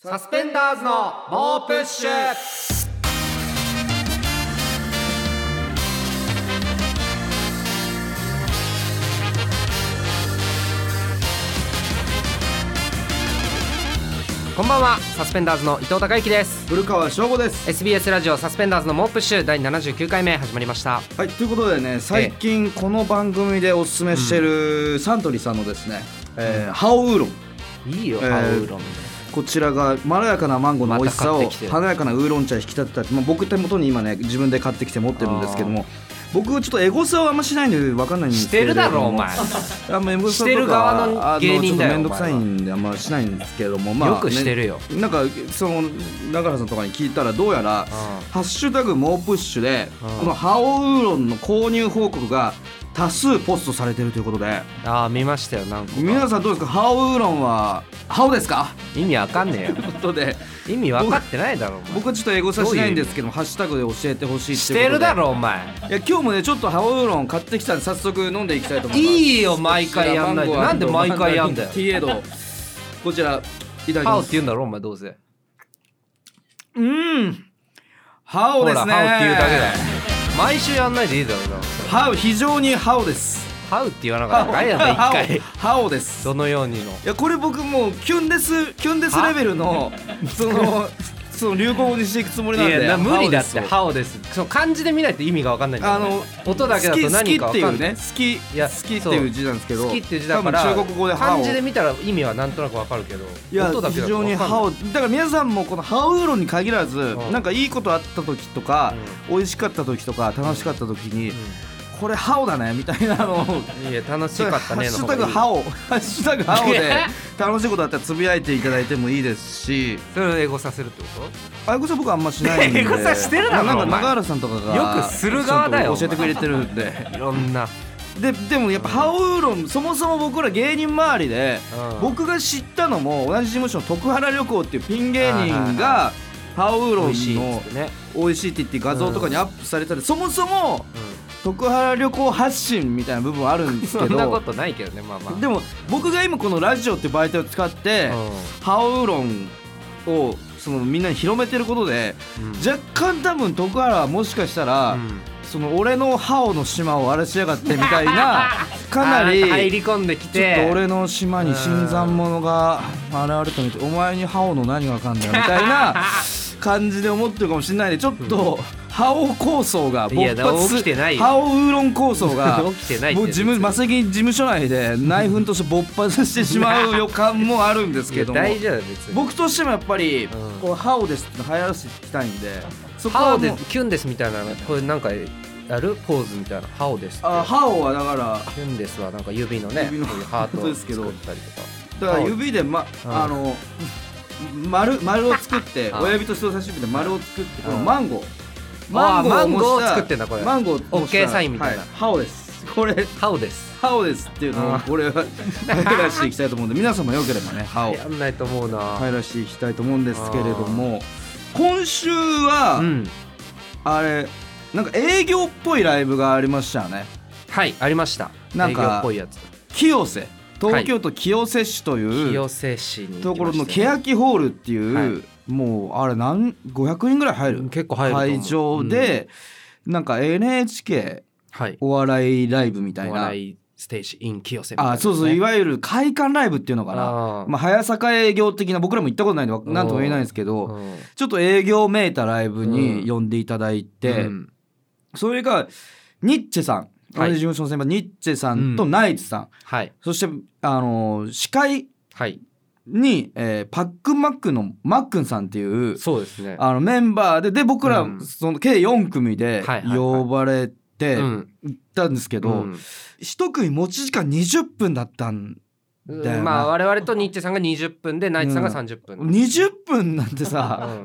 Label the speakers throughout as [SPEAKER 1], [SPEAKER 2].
[SPEAKER 1] サスペンダーズの猛プッシュこんばんはサスペンダーズの伊藤孝之です
[SPEAKER 2] 古川翔吾です。
[SPEAKER 1] SBS ラジオサスペンダーズの猛プッシュ第79回目始まりました
[SPEAKER 2] はい、ということでね、最近この番組でおすすめしてるサントリーさんのですね、えーハオウーロン。
[SPEAKER 1] いいよ
[SPEAKER 2] えー
[SPEAKER 1] ハウロン
[SPEAKER 2] こちらがまろやかなマンゴーの美味しさ
[SPEAKER 1] また買
[SPEAKER 2] を
[SPEAKER 1] ってきてる
[SPEAKER 2] 華やかなウーロン茶に引き立てた、まあ、僕手元に今ね自分で買ってきて持ってるんですけども僕ちょっとエゴサはあんましないんで分かんないんです
[SPEAKER 1] して
[SPEAKER 2] けれ
[SPEAKER 1] る
[SPEAKER 2] ど
[SPEAKER 1] だろお
[SPEAKER 2] も
[SPEAKER 1] 前
[SPEAKER 2] あんまエゴ
[SPEAKER 1] し
[SPEAKER 2] サとか
[SPEAKER 1] てる側の芸人だよ
[SPEAKER 2] あのちょっと面倒くさいんであんましないんですけれども、まあ
[SPEAKER 1] よくしてるよ
[SPEAKER 2] ねなんかその長原さんとかに聞いたらどうやら「ハッシュタグ猛プッシュで」
[SPEAKER 1] うん
[SPEAKER 2] このハオウーロンの購入報告が多数ポストされてるということで
[SPEAKER 1] あー見ましたよなんか
[SPEAKER 2] 皆さんどうですかハオウーロンはハオですか
[SPEAKER 1] 意味わかんね
[SPEAKER 2] ということで
[SPEAKER 1] えよ意味わかってないだろお前
[SPEAKER 2] 僕はちょっとエゴサしないんですけどもハッシュタグで教えてほしいっ
[SPEAKER 1] して
[SPEAKER 2] いう
[SPEAKER 1] て
[SPEAKER 2] こ
[SPEAKER 1] る
[SPEAKER 2] とで
[SPEAKER 1] だろお前
[SPEAKER 2] いや今日もねちょっとハオウーロン買ってきたんで早速飲んでいきたいと思います
[SPEAKER 1] いいよ毎回やんないで
[SPEAKER 2] こちらマンゴー
[SPEAKER 1] なんで毎回やんだよ
[SPEAKER 2] ティエドこちらいただき
[SPEAKER 1] ハオ
[SPEAKER 2] ま
[SPEAKER 1] って
[SPEAKER 2] す
[SPEAKER 1] 言うんだろお前どうせ
[SPEAKER 2] うんハオですね
[SPEAKER 1] ほらハオって言うだけだよ毎週やんないでいいだろうな
[SPEAKER 2] ハオ非常にハオです
[SPEAKER 1] ハウって言わなかったらやだ
[SPEAKER 2] ハ
[SPEAKER 1] 一回
[SPEAKER 2] オハオです
[SPEAKER 1] どのようにの
[SPEAKER 2] いやこれ僕もうキュンですキュンですレベルのそのその流行語にしていくつもりなん
[SPEAKER 1] い
[SPEAKER 2] で
[SPEAKER 1] やな無理だっ
[SPEAKER 2] ハ
[SPEAKER 1] て
[SPEAKER 2] オです
[SPEAKER 1] ハオですその漢字で見ないと意味がわかんないんだ
[SPEAKER 2] あ
[SPEAKER 1] よね
[SPEAKER 2] の
[SPEAKER 1] 音だけだと何かわかんない
[SPEAKER 2] 好き好きっていうね好き
[SPEAKER 1] いや
[SPEAKER 2] 好きっていう字なんですけど
[SPEAKER 1] 好きっていう字だから
[SPEAKER 2] 多分中国語でハ
[SPEAKER 1] 漢
[SPEAKER 2] オ
[SPEAKER 1] 字で見たら意味はなんとなくわかるけど
[SPEAKER 2] いや
[SPEAKER 1] 音だけだ
[SPEAKER 2] 非
[SPEAKER 1] とわかん
[SPEAKER 2] 常
[SPEAKER 1] な
[SPEAKER 2] に
[SPEAKER 1] い
[SPEAKER 2] ハオだから皆さんもこのハオウーロンに限らず、
[SPEAKER 1] ん
[SPEAKER 2] なんかいいことあった時とか、美味しかった時とか楽しかった時に、これハオだねみたいなのを
[SPEAKER 1] うんいや楽しかったね
[SPEAKER 2] ハッシ
[SPEAKER 1] の方が
[SPEAKER 2] ュタ
[SPEAKER 1] いい
[SPEAKER 2] グハオ ハッシュタグハオ
[SPEAKER 1] い
[SPEAKER 2] で
[SPEAKER 1] や
[SPEAKER 2] 楽しいことあったらつぶやいていただいてもいいですし
[SPEAKER 1] それをエゴさせるってこ
[SPEAKER 2] あいこさ僕あんましないんで
[SPEAKER 1] エゴサしてるだろ
[SPEAKER 2] なん
[SPEAKER 1] お
[SPEAKER 2] か
[SPEAKER 1] 前
[SPEAKER 2] 中原さんとかが
[SPEAKER 1] よくする側だよ
[SPEAKER 2] ちょっと教えてくれてるんで
[SPEAKER 1] といろんな
[SPEAKER 2] ででもやっぱハオウーロンそもそも僕ら芸人周りで、
[SPEAKER 1] うん
[SPEAKER 2] 僕が知ったのも同じ事務所の徳原旅行っていうピン芸人がハオウー
[SPEAKER 1] 美
[SPEAKER 2] ロン
[SPEAKER 1] 味しいっ
[SPEAKER 2] の
[SPEAKER 1] つってね
[SPEAKER 2] 美味しいって言って画像とかにアップされたりそもそも徳原旅行発信みたいな部分はあるんです
[SPEAKER 1] そ
[SPEAKER 2] け
[SPEAKER 1] ん なこと
[SPEAKER 2] ど
[SPEAKER 1] ないけどねまあまあ
[SPEAKER 2] でも僕が今このラジオって媒体を使って
[SPEAKER 1] う
[SPEAKER 2] ハオウーロンをそのみんなに広めてることで
[SPEAKER 1] んうん
[SPEAKER 2] 若干多分徳原はもしかしたら、
[SPEAKER 1] うん
[SPEAKER 2] その俺の歯をの島を荒らしやがってみたい なかな
[SPEAKER 1] あ入
[SPEAKER 2] り
[SPEAKER 1] り込んでき
[SPEAKER 2] ちょ
[SPEAKER 1] て
[SPEAKER 2] っと俺の島に新参者が現れたみたいお前に歯をの何がわかんだよみたい な感じで思ってるかもしれないでちょっと歯を構想が
[SPEAKER 1] いや
[SPEAKER 2] 勃発
[SPEAKER 1] 起きてないよ
[SPEAKER 2] 歯をウーロン構想が
[SPEAKER 1] 起きてないって
[SPEAKER 2] もう事務マセキ事務所内で内紛として勃発してしまう予感もあるんです
[SPEAKER 1] いや
[SPEAKER 2] けども
[SPEAKER 1] 大事だよ別に
[SPEAKER 2] 僕としてもやっぱり
[SPEAKER 1] ん
[SPEAKER 2] こう歯をですって流行らせていきたいんでそこ
[SPEAKER 1] ハ
[SPEAKER 2] は
[SPEAKER 1] オ
[SPEAKER 2] も
[SPEAKER 1] で
[SPEAKER 2] う
[SPEAKER 1] キュンですみたいなこれなんかやるポーズみたいなハオですって
[SPEAKER 2] あ歯をはだから
[SPEAKER 1] キュンですはなんか指のね
[SPEAKER 2] 指の
[SPEAKER 1] こういうハート
[SPEAKER 2] そう
[SPEAKER 1] を
[SPEAKER 2] ですけど
[SPEAKER 1] 作ったりとか
[SPEAKER 2] だから指で、ま、
[SPEAKER 1] うん
[SPEAKER 2] あの丸丸を作って
[SPEAKER 1] うん
[SPEAKER 2] 親指と人差し指で丸を作ってこの
[SPEAKER 1] うん
[SPEAKER 2] マンゴー
[SPEAKER 1] あー
[SPEAKER 2] 模した
[SPEAKER 1] マンゴーを作ってんだこれ
[SPEAKER 2] マンゴーを模した
[SPEAKER 1] オッケーサインみたいな
[SPEAKER 2] は歯をですこれ
[SPEAKER 1] ハオです
[SPEAKER 2] 歯をですっていうの
[SPEAKER 1] う
[SPEAKER 2] を
[SPEAKER 1] ん
[SPEAKER 2] これは入らしていきたい と思うんで皆様よければね歯を
[SPEAKER 1] やんないと思うな
[SPEAKER 2] 入らしていきたいと思うんですけれども今週は、
[SPEAKER 1] うん
[SPEAKER 2] あれなんか営業っぽいライブがありましたよね
[SPEAKER 1] はいありました
[SPEAKER 2] なんか
[SPEAKER 1] 営業っぽいやつ
[SPEAKER 2] 清瀬東京都清瀬市という、
[SPEAKER 1] 清瀬市に行
[SPEAKER 2] と
[SPEAKER 1] き
[SPEAKER 2] こ
[SPEAKER 1] ま
[SPEAKER 2] ろ
[SPEAKER 1] した
[SPEAKER 2] の
[SPEAKER 1] よ
[SPEAKER 2] 欅ホールっていう、
[SPEAKER 1] は
[SPEAKER 2] もうあれ何500人ぐらい入る
[SPEAKER 1] 結構入ると思う
[SPEAKER 2] 会場で、なんか NHK
[SPEAKER 1] はい
[SPEAKER 2] お笑いライブみたい
[SPEAKER 1] お
[SPEAKER 2] な
[SPEAKER 1] 笑いステージ in 清瀬みたいな
[SPEAKER 2] あそうそう、い
[SPEAKER 1] わ
[SPEAKER 2] わゆる会館ライブっていうのかなまあ、早坂営業的な僕らも行ったことないんで何とも言えないんですけど、ちょっと営業めいたライブに呼んでいただいて、それがニッチェさん同
[SPEAKER 1] はい
[SPEAKER 2] じ事務所の先輩ニッチェさんと
[SPEAKER 1] うん
[SPEAKER 2] ナイツさん、
[SPEAKER 1] はい
[SPEAKER 2] そしてあのー司会
[SPEAKER 1] はい
[SPEAKER 2] に、えーパックンマックンのマックンさんっていう
[SPEAKER 1] そうですね
[SPEAKER 2] あのメンバーでで僕ら
[SPEAKER 1] うん
[SPEAKER 2] その計4組で
[SPEAKER 1] はいはいはい
[SPEAKER 2] 呼ばれて
[SPEAKER 1] う
[SPEAKER 2] 行
[SPEAKER 1] ん
[SPEAKER 2] ったんですけ
[SPEAKER 1] う
[SPEAKER 2] ど
[SPEAKER 1] ん
[SPEAKER 2] 一組持ち時間20分だったん
[SPEAKER 1] う
[SPEAKER 2] だよなん
[SPEAKER 1] まあ我々とニッチェさんが20分でナイツさんが30分、うん
[SPEAKER 2] 20分なんてさ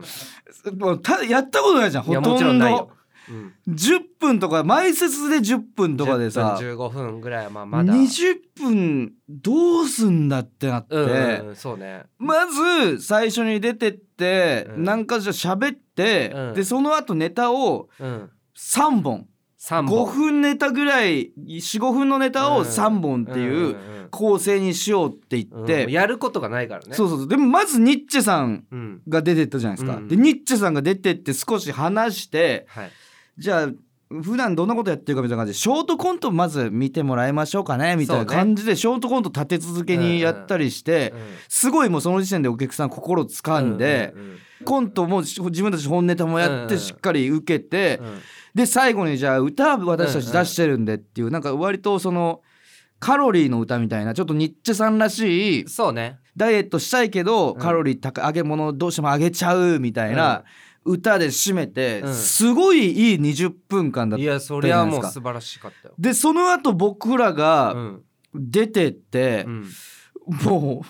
[SPEAKER 2] もうたやったことないじゃん
[SPEAKER 1] い
[SPEAKER 2] ほ
[SPEAKER 1] や
[SPEAKER 2] と
[SPEAKER 1] もちろん
[SPEAKER 2] ん
[SPEAKER 1] ないよ
[SPEAKER 2] ど、
[SPEAKER 1] うん、
[SPEAKER 2] 10分とか前説で10分とかでさ
[SPEAKER 1] 10分15分ぐらいはまあまだ
[SPEAKER 2] 20分どうすんだってなっ
[SPEAKER 1] うんうん
[SPEAKER 2] て
[SPEAKER 1] うん、そうね
[SPEAKER 2] まず最初に出てって
[SPEAKER 1] うん
[SPEAKER 2] 何かじゃ喋って
[SPEAKER 1] うん
[SPEAKER 2] でその後ネタを
[SPEAKER 1] うん
[SPEAKER 2] 3本
[SPEAKER 1] 3
[SPEAKER 2] 5
[SPEAKER 1] 本
[SPEAKER 2] 分ネタぐらい45分のネタを3本ってい
[SPEAKER 1] ん
[SPEAKER 2] うん構成にしようっ
[SPEAKER 1] う
[SPEAKER 2] て
[SPEAKER 1] ん
[SPEAKER 2] 言
[SPEAKER 1] う
[SPEAKER 2] っ
[SPEAKER 1] ん
[SPEAKER 2] て、
[SPEAKER 1] やることがないからね、
[SPEAKER 2] そううそうそうでもまずニッチェさん
[SPEAKER 1] ん
[SPEAKER 2] が出てったじゃないですか、
[SPEAKER 1] うん
[SPEAKER 2] でニッチェさんが出てって少し話して
[SPEAKER 1] はい、
[SPEAKER 2] じゃあ普段どんなことやってるかみたいな感じでショートコントまず見てもらいましょうかねみたいな
[SPEAKER 1] そうね
[SPEAKER 2] 感じでショートコント立て続けにやったりして、すごいもうその時点でお客さん心掴んで、
[SPEAKER 1] う
[SPEAKER 2] コントも自分たち本ネタもやっ
[SPEAKER 1] う
[SPEAKER 2] て
[SPEAKER 1] ん
[SPEAKER 2] しっかり受けて、
[SPEAKER 1] うんうん
[SPEAKER 2] で最後にじゃあ歌は私たち出してるんでっていう、なんか割とそのカロリーの歌みたいなちょっとニッチェさんらしい
[SPEAKER 1] そうね
[SPEAKER 2] ダイエットしたいけど、
[SPEAKER 1] うん
[SPEAKER 2] カロリー高い揚げ物どうしても上げちゃうみたいな歌で締めて、
[SPEAKER 1] うん
[SPEAKER 2] すごいいい20分間だっ
[SPEAKER 1] い
[SPEAKER 2] た。
[SPEAKER 1] やそれはも
[SPEAKER 2] じゃないうです
[SPEAKER 1] 素
[SPEAKER 2] か
[SPEAKER 1] 晴らしかったよ、
[SPEAKER 2] でその後僕ら
[SPEAKER 1] う
[SPEAKER 2] が
[SPEAKER 1] ん
[SPEAKER 2] 出てって
[SPEAKER 1] う、ん、
[SPEAKER 2] もう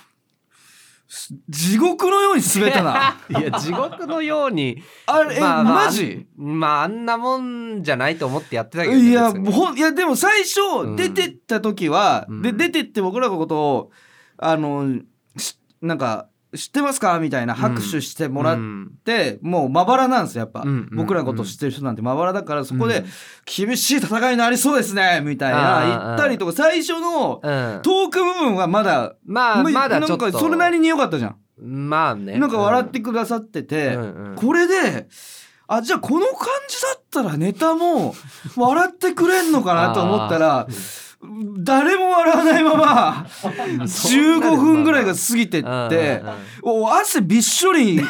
[SPEAKER 2] す地獄のように滑ったな
[SPEAKER 1] いや地獄のように
[SPEAKER 2] あれえ、
[SPEAKER 1] まあまあ
[SPEAKER 2] マジ
[SPEAKER 1] まああんなもんじゃないと思ってやってたけどね
[SPEAKER 2] いや
[SPEAKER 1] 別に
[SPEAKER 2] ほんいやでも最
[SPEAKER 1] う
[SPEAKER 2] 初
[SPEAKER 1] ん
[SPEAKER 2] 出てった時は、
[SPEAKER 1] うん
[SPEAKER 2] で出てって僕らのことをあのしなんか知ってますかみたいな拍手してもらっ
[SPEAKER 1] うん
[SPEAKER 2] て、もうまばらなんですよやっぱ、
[SPEAKER 1] うんうん
[SPEAKER 2] 僕らのこと知ってる人なんてまばらだからそこ
[SPEAKER 1] う
[SPEAKER 2] で
[SPEAKER 1] ん
[SPEAKER 2] 厳しい戦いになりそうですねみたいな
[SPEAKER 1] あー
[SPEAKER 2] 言ったりとか最初の
[SPEAKER 1] うん
[SPEAKER 2] トーク部分はまだ、
[SPEAKER 1] まあまだちょっ
[SPEAKER 2] な
[SPEAKER 1] と
[SPEAKER 2] んかそれなりに良かったじゃん、
[SPEAKER 1] まあね
[SPEAKER 2] なんか笑ってくださってて、
[SPEAKER 1] うんうんうん
[SPEAKER 2] これであじゃあこの感じだったらネタも笑ってくれんのかなと思ったら誰も笑わないまま 15分ぐらいが過ぎてっ
[SPEAKER 1] うんうんうん
[SPEAKER 2] てお汗びっしょり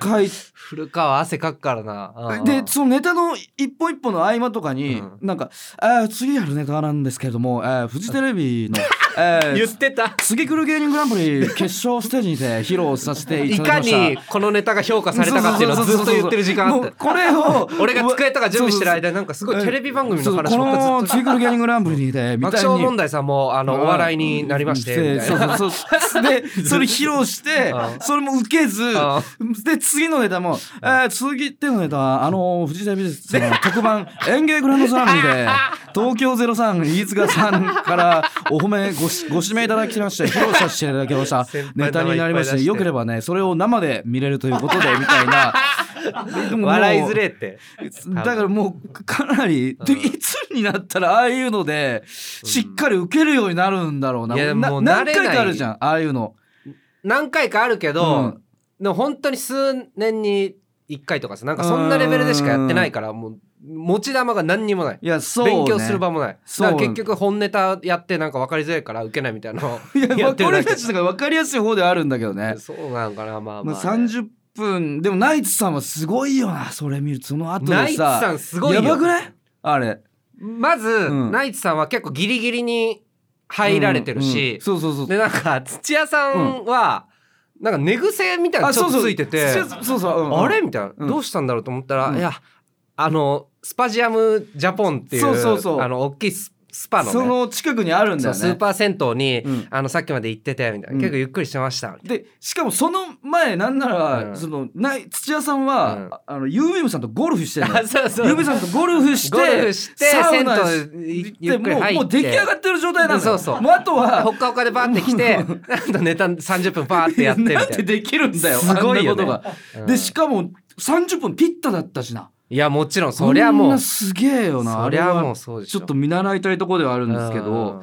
[SPEAKER 2] かい
[SPEAKER 1] 古川汗かくからなうん
[SPEAKER 2] でそのネタの一本一本の合間とかに、
[SPEAKER 1] うん
[SPEAKER 2] なんかあー次やるネタなんですけれども、えーフジテレビ の。え
[SPEAKER 1] 言
[SPEAKER 2] ー
[SPEAKER 1] ってた
[SPEAKER 2] 次来る芸人グランプリ決勝ステージにて披露させて
[SPEAKER 1] い
[SPEAKER 2] いただき
[SPEAKER 1] か
[SPEAKER 2] ました
[SPEAKER 1] にこのネタが評価されたかっていうのをずっと言ってる時間あ
[SPEAKER 2] も
[SPEAKER 1] っ
[SPEAKER 2] う
[SPEAKER 1] て
[SPEAKER 2] これを
[SPEAKER 1] 俺が机とか準備してる間になんかすごいテレビ番組の話
[SPEAKER 2] そう
[SPEAKER 1] ばっ
[SPEAKER 2] こ
[SPEAKER 1] か
[SPEAKER 2] の
[SPEAKER 1] りずっと
[SPEAKER 2] 次来る芸人グランプリにてみ
[SPEAKER 1] 爆
[SPEAKER 2] たいに
[SPEAKER 1] 笑問題さんもあのお笑いになりましてみたいな
[SPEAKER 2] なそうそう そうでそれ披露して
[SPEAKER 1] うん
[SPEAKER 2] それも受けず
[SPEAKER 1] あ
[SPEAKER 2] で次のネタも、えー、次ってのネタはあのフジテレビですその特番 「演芸グランドスラム」にて東京03飯塚さんからお褒めごしご指名いただきまして披露させていただきました
[SPEAKER 1] 先輩の
[SPEAKER 2] ネタになり
[SPEAKER 1] 名前いっぱい出
[SPEAKER 2] まし
[SPEAKER 1] してて
[SPEAKER 2] よければねそれを生で見れるということでみた いなでももう
[SPEAKER 1] 笑いづれえって
[SPEAKER 2] だからもうかなり、で
[SPEAKER 1] うん
[SPEAKER 2] いつになったらああいうのでしっかり受けるようになるんだろうな,、
[SPEAKER 1] いや
[SPEAKER 2] な
[SPEAKER 1] もう慣
[SPEAKER 2] 何
[SPEAKER 1] れ
[SPEAKER 2] 回
[SPEAKER 1] ない
[SPEAKER 2] かあるじゃんああいうの
[SPEAKER 1] 何回かあるけ
[SPEAKER 2] う
[SPEAKER 1] ど
[SPEAKER 2] ん
[SPEAKER 1] でも本当に数年に1回とかさなんかそんなレベルでしかやってないからもう持ち玉が何にもない
[SPEAKER 2] いやそう、ね、
[SPEAKER 1] 勉強する場もない
[SPEAKER 2] そう
[SPEAKER 1] だから結局本ネタやってなんか分かりづらいから受けないみたいなのを
[SPEAKER 2] いや、ま
[SPEAKER 1] や
[SPEAKER 2] あ、
[SPEAKER 1] って
[SPEAKER 2] こ
[SPEAKER 1] る
[SPEAKER 2] れ
[SPEAKER 1] だ
[SPEAKER 2] た
[SPEAKER 1] け
[SPEAKER 2] ちだから分かりやすい方ではあるんだけどね、
[SPEAKER 1] そうなんかなまあ
[SPEAKER 2] まあ、
[SPEAKER 1] まあね
[SPEAKER 2] 30分でもナイツさんはすごいよなそれ見るその後でさ
[SPEAKER 1] ナイツさんすごいよ
[SPEAKER 2] やばくないあれ
[SPEAKER 1] まず、
[SPEAKER 2] うん
[SPEAKER 1] ナイツさんは結構ギリギリに入られてる
[SPEAKER 2] うんうん
[SPEAKER 1] し、
[SPEAKER 2] そうそうそう
[SPEAKER 1] でなんか土屋さんは、なんか寝癖みたいなのちょっとついててあ
[SPEAKER 2] そうそうそうそう、うん
[SPEAKER 1] れみたいな、
[SPEAKER 2] うん
[SPEAKER 1] どうしたんだろうと思ったら、
[SPEAKER 2] うん
[SPEAKER 1] いやあのスパジアムジャポンっていう
[SPEAKER 2] そうそうそう
[SPEAKER 1] あの大きいススパの,、ね
[SPEAKER 2] その近くにあるんだ
[SPEAKER 1] そう
[SPEAKER 2] よね
[SPEAKER 1] スーパー銭湯に、
[SPEAKER 2] うん
[SPEAKER 1] あのさっきまで行っててみたいな、
[SPEAKER 2] うん
[SPEAKER 1] 結構ゆっくりしてましたみたいな
[SPEAKER 2] でしかもその前なんなら、
[SPEAKER 1] うん
[SPEAKER 2] そのない土屋さんは、
[SPEAKER 1] うん
[SPEAKER 2] ああのユービムさんとゴルフしてるの
[SPEAKER 1] あ そうそう
[SPEAKER 2] ユービムさんとゴルフして
[SPEAKER 1] ゴルフして
[SPEAKER 2] サウナ
[SPEAKER 1] 銭湯
[SPEAKER 2] 行って
[SPEAKER 1] ゆっくり入って
[SPEAKER 2] もうもう出来上がってる状態なんだよ
[SPEAKER 1] そうそう
[SPEAKER 2] もうあと
[SPEAKER 1] ほ
[SPEAKER 2] は
[SPEAKER 1] っかほかでバーって来てなんとネタ30分バーってやってみたい
[SPEAKER 2] な
[SPEAKER 1] なん
[SPEAKER 2] てできるんだよ
[SPEAKER 1] すごいよね
[SPEAKER 2] あんなことが、
[SPEAKER 1] うん
[SPEAKER 2] でしかも30分ピッタだったしない
[SPEAKER 1] やもちろんそりゃ
[SPEAKER 2] こん
[SPEAKER 1] もう
[SPEAKER 2] なすげえよな
[SPEAKER 1] そりゃ
[SPEAKER 2] あれは
[SPEAKER 1] もうそうでし
[SPEAKER 2] ち
[SPEAKER 1] ょ
[SPEAKER 2] ょっと見習いたいところではあるんですけど